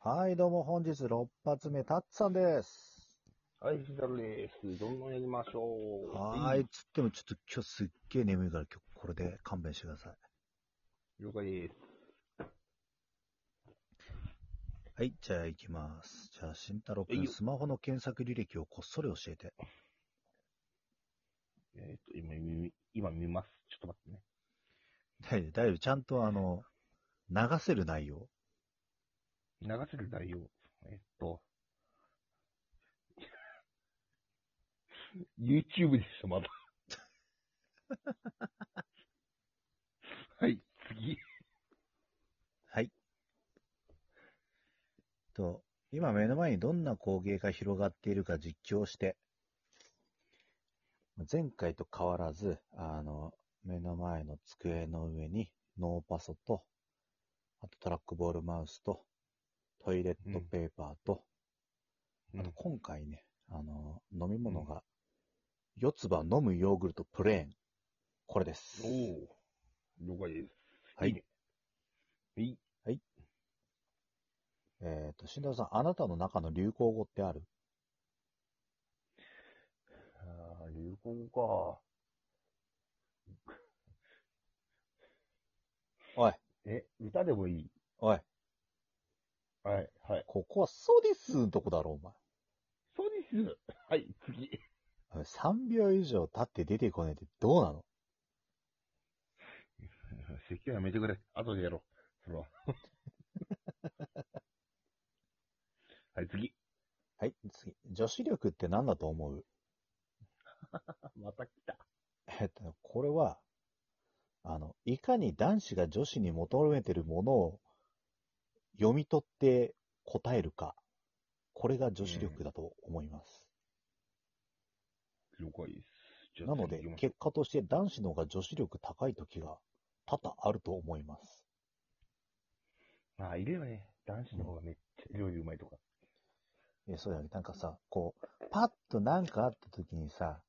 はい、どうも本日6発目、たっさんです。はい、ヒザルです。どんどんやりましょう。はーい、。つってもちょっと今日すっげえ眠いから今日これで勘弁してください。了解です。はい、じゃあ行きます。じゃあ、慎太郎くはいん、よスマホの検索履歴をこっそり教えて。えっ、と、今見、今見ます。ちょっと待ってね。大丈夫、大丈夫、ちゃんとあの、流せる内容。流せる内容。えっ、と、YouTube でした、まだ。 はい、次。はい。と、今目の前にどんな光景が広がっているか実況して、前回と変わらず、あの、目の前の机の上にノーパソと、あとトラックボールマウスと、トイレットペーパーと、うあとん、今回ね、あの、飲み物が、四つ葉飲むヨーグルトプレーン。これです。おお了解です。はいね。はい。えっ、と、慎太郎さん、あなたの中の流行語ってあるああ、流行語か。おい、え、歌でもいいおい、はい、はい。ここはソディスのとこだろ、おそうです。はい、次。前。3秒以上経って出てこないってどうなの 席はやめてくれ。後でやろう。それは。 はい、次。はい、次。女子力って何だと思う また来た。えっと、これは、あの、いかに男子が女子に求めてるものを読み取って答えるか。これが女子力だと思います。了解です。じゃあなので次行、きましょ結果として男子の方が女子力高い時が多々あると思います。うまあ、いるよね。男子の方がめっちゃ料理うまいとか。え、そうだよね。なんかさ、こう、パッとなんかあった時にさ、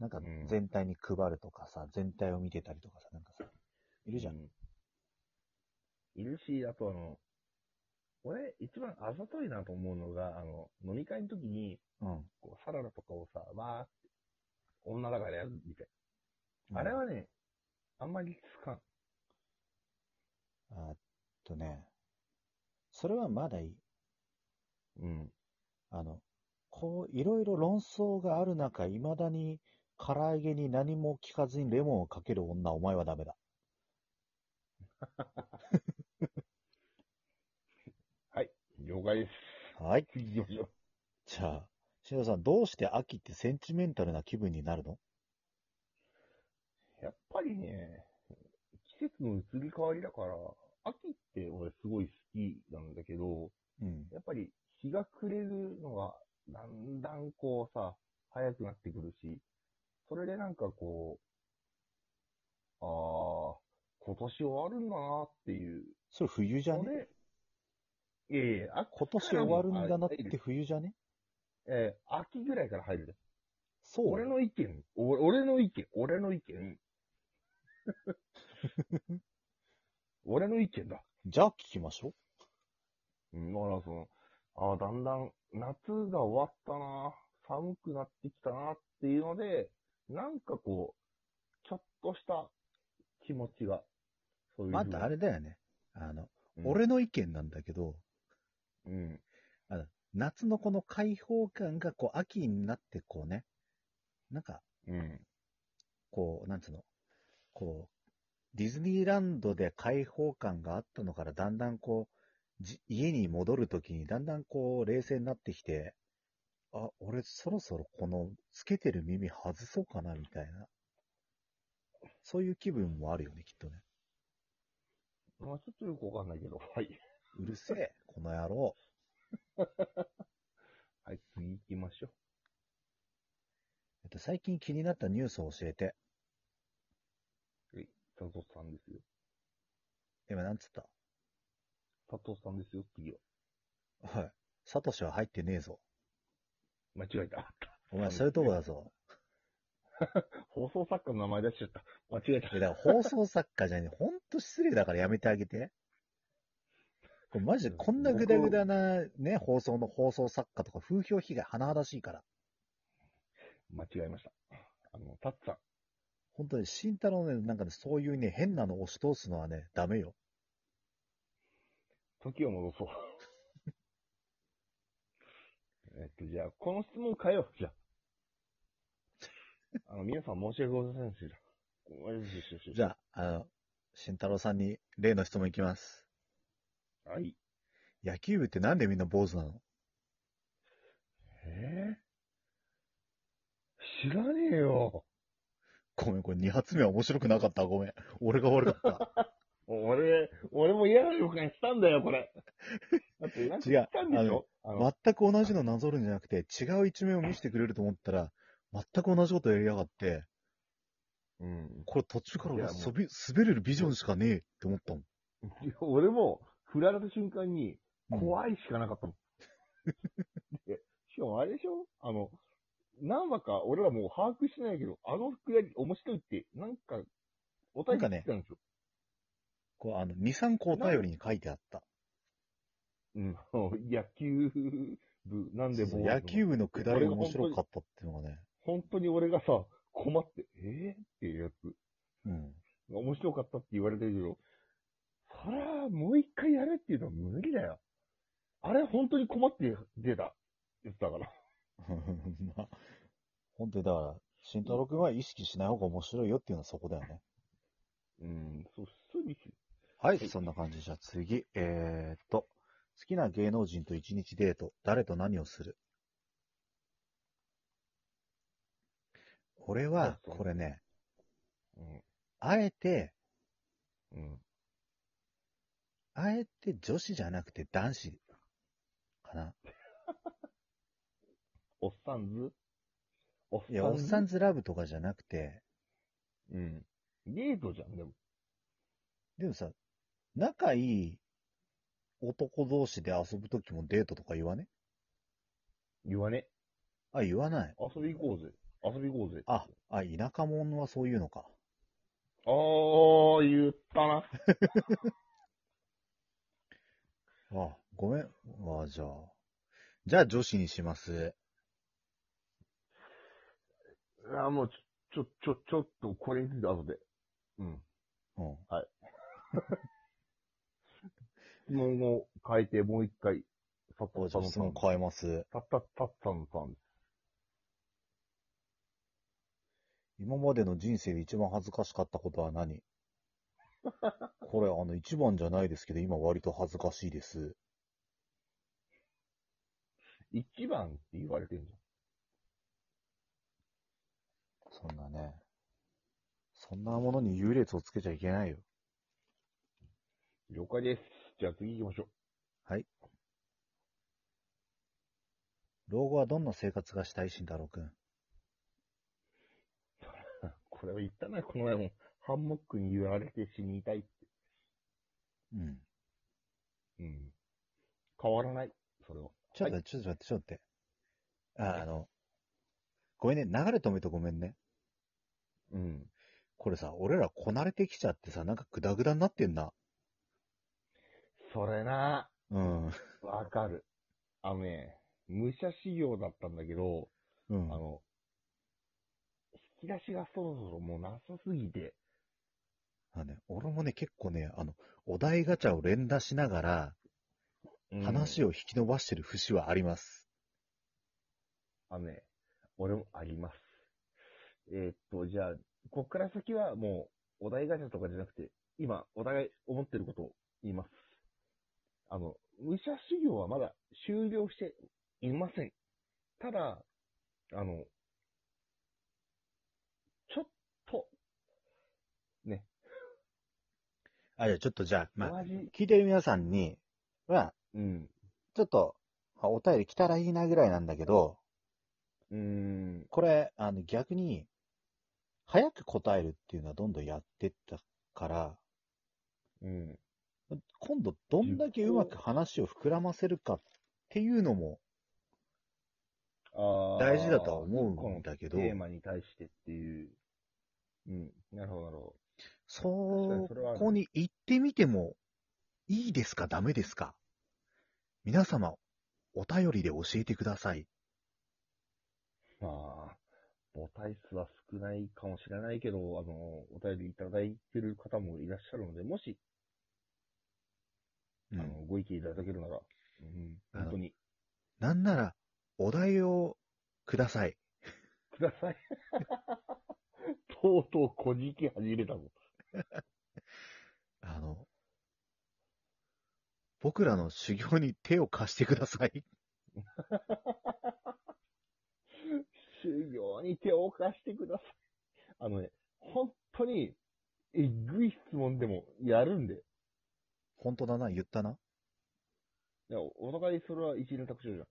なんかうん全体に配るとかさ、全体を見てたりとかさ、なんかさ、いいるじゃん。いるし、あとあの、俺、一番あざといなと思うのが、あの、飲み会の時に、うん。こう、サラダとかをさ、わーって、女だからやるみたいな。あれはね、あんまりつかん。あっとね、それはまだいい。うん。あの、こう、いろいろ論争がある中、いまだに唐揚げに何も聞かずにレモンをかける女、お前はダメだ。了解です。はい。次行きましょう。じゃあ、しのさん、どうして秋ってセンチメンタルな気分になるのやっぱりね、季節の移り変わりだから、秋って俺すごい好きなんだけど、うん。やっぱり日が暮れるのがだんだんこうさ、早くなってくるし、それでなんかこう、ああ、今年終わるんだなっていう。それ冬じゃそねれええあ、今年終わるんだなっあ入てる冬じゃねええ秋ぐらいから入る。そう。俺の意見、お俺の意見、俺の 意見。俺の意見だ。じゃあ聞きましょう。うんだからその、ああ、だんだん夏が終わったな、寒くなってきたなっていうので、なんかこう、ちょっとした気持ちが、そういうま風に。たあれだよね。あの、うん、俺の意見なんだけど、うん。夏のこの開放感がこう秋になってこうね、なんかうん。こう、なんつうの、こう、ディズニーランドで開放感があったのからだんだんこう、じ家に戻るときにだんだんこう冷静になってきて、あ、俺そろそろこのつけてる耳外そうかなみたいな。そういう気分もあるよね、きっとね。まあちょっとよくわかんないけど、はい。うるせえ、この野郎。はい、次行きましょう。えっと、最近気になったニュースを教えて。佐藤さんですよ。今なんつった佐藤さんですよ、次は。はい。サトシは入ってねえぞ。間違えた。お前そういうとこだぞ。放送作家の名前出しちゃった。間違え た。え、だから放送作家じゃねえ。ほんと失礼だからやめてあげて。これマジでこんなぐだぐだな、ね、放送の放送作家とか風評被害甚だしいから、間違えました。あの、タッツさん。本当に慎太郎ね、なんかね、そういうね、変なの押し通すのはね、ダメよ。時を戻そう。 えっと、じゃあ、この質問変えよう。じ ゃあ。あの、皆さん申し訳ございませんでした。じゃあ、あの、慎太郎さんに例の質問いきます。あ。はい。野球部ってなんでみんな坊主なのえー、知らねえよ。ごめん、これ2発目は面白くなかった。ごめん。俺が悪かった。俺、俺も嫌な予感したんだよ、こ れ。だって、なんか言ったんでしょあの、全く同じのなぞるんじゃなくて、違う一面を見せてくれると思ったら、全く同じことやりやがって、うん。これ途中からい俺やもうそび、滑れるビジョンしかねえって思ったもん。いや俺も、振られた瞬間に、うん怖いしかなか ったもん。でしかもあれでしょあの、何話か俺らもう把握してないけど、あのくらい面白いって、なんか、お便り来てたんですよ。こう、あの、2、3個お便りに書いてあった。うん あの野球部、なんでそうも。野球部のくだりが俺が本面当に白かったっていうのがね、本当に俺がさ、困って、えー、っていうやつ。うん。面白かったって言われてるけど、そりゃ、もう一回やれっていうのは無理だよ。あれ本当に困って出た、やつだから。 まあ、本当にだから、慎太郎くんは意識しない方が面白いよっていうのはそこだよね。うん、そう、そうです。はい、はいそんな感じ。じゃあ次、えー、っと、好きな芸能人と一日デート、誰と何をする俺は、そうそうこれね、うんあえて、うん。あえて女子じゃなくて男子かな。おっさんずおっいや、おっずさんずラブとかじゃなくて、うん。デートじゃん、でも。でもさ、仲いい男同士で遊ぶときもデートとか言わね言わね。あ、言わない。遊び行こうぜ。遊び行こうぜ。あ、あ、田舎者はそういうのか。あー、言ったな。あ、ごめん。あ、じゃあ。じゃあ女子にします。あーもう、ちょ、ちょ、ちょ、ちょっと、これについて後で。うん。うん。質問を変えて、もう一回、さっあたじゃさあん質さん問。変えます。たったたったのさんです。今までの人生で一番恥ずかしかったことは何これ、あの、一番じゃないですけど、今割と恥ずかしいです。一番って言われてんじそんなね。そんなものに優劣をつけちゃいけないよ。ゃん。了解です。じゃあ次行きましょう。 老後はどんな生活がしたい慎太郎くん。これは言ったな、この前も。ハンモックに言われて死にたいって。うん。うん。変わらない。それは。ちょっと待って、ちょっと待って、ちょっと待って。あ、あの、ごめんね、流れ止めてごめんね。うん。これさ、俺らこなれてきちゃってさ、なんかグダグダになってんな。それな、うん。わかる。あのね、武者修行だったんだけど、うんあ。の、引き出しがそろそろもうなさすぎて、あのね、俺もね、結構ね、あの、お題ガチャを連打しながら、話を。を引き伸ばしてる節はあります。あのね、俺もあります。えーっと、じゃあ、こっから先はもう、お題ガチャとかじゃなくて、今、お互い思ってることを言います。あの、武者修行はまだ終了していません。ただ、あの、ちょっと、あ、じゃあちょっとじゃあ、まあ、マジ、聞いてる皆さんには、うん。ちょっと、まあお便り来たらいいなぐらいなんだけど、うーん。これ、あの、逆に、早く答えるっていうのはどんどんやってったから、うん。今度どんだけうまく話を膨らませるかっていうのもああ。大事だとはこ思うのんテだけど、ーマに対してっていう。うん。なるほど、なるほそそれはあるこに行ってみてもいいですかダメですか皆様、お便りで教えてください。まあ、母体数は少ないかもしれないけど、あの、お便りいただいてる方もいらっしゃるので、もし、うんあの、ご意見いただけるなら、うん、あの本当に、なんなら、お題をください。くだ さい。とうとうこじき始めたぞ。あの、僕らの修行に手を貸してください。 修行に手を貸してください。あのね、本当に、えぐい質問でもやるんで。本当だな、言ったな。いやお互いそれは一連択肢じゃん。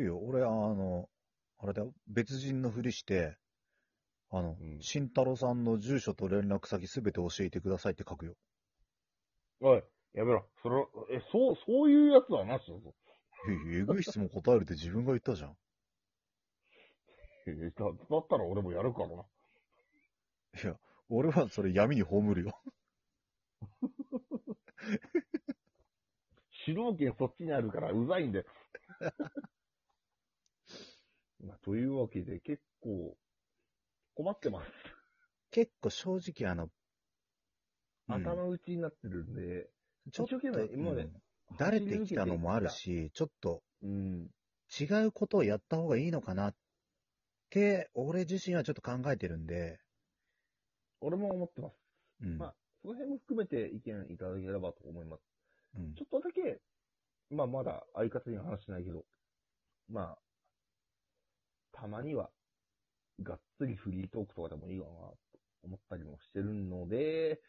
いいよ、俺、あの、あれだよ、別人のふりして、あの、うん慎太郎さんの住所と連絡先すべて教えてくださいって書くよ。おい、やめろ。それは、え、そう、そういうやつはなしだぞ。いやいやえぐい質問答えるって自分が言ったじゃん。えだだったら俺もやるからな。いや、俺はそれ闇に葬るよ。主導権そっちにあるからうざいん だよ。まあ、というわけで結構困ってます。結構正直、あの、うん頭打ちになってるんで、ちょっと、一生懸命今までうんだれてきたのもあるし、ちょっとうん。違うことをやった方がいいのかなって、俺自身はちょっと考えてるんで、俺も思ってます。うん。まあその辺も含めて意見いただければと思います。うんちょっとだけ、まあまだ相方には話しないけど、まあ、たまには、がっつりフリートークとかでもいいかなと思ったりもしてるので、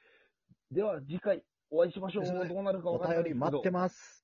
では次回お会いしましょう。ですねどうなるかわおからない便りですけど待ってます。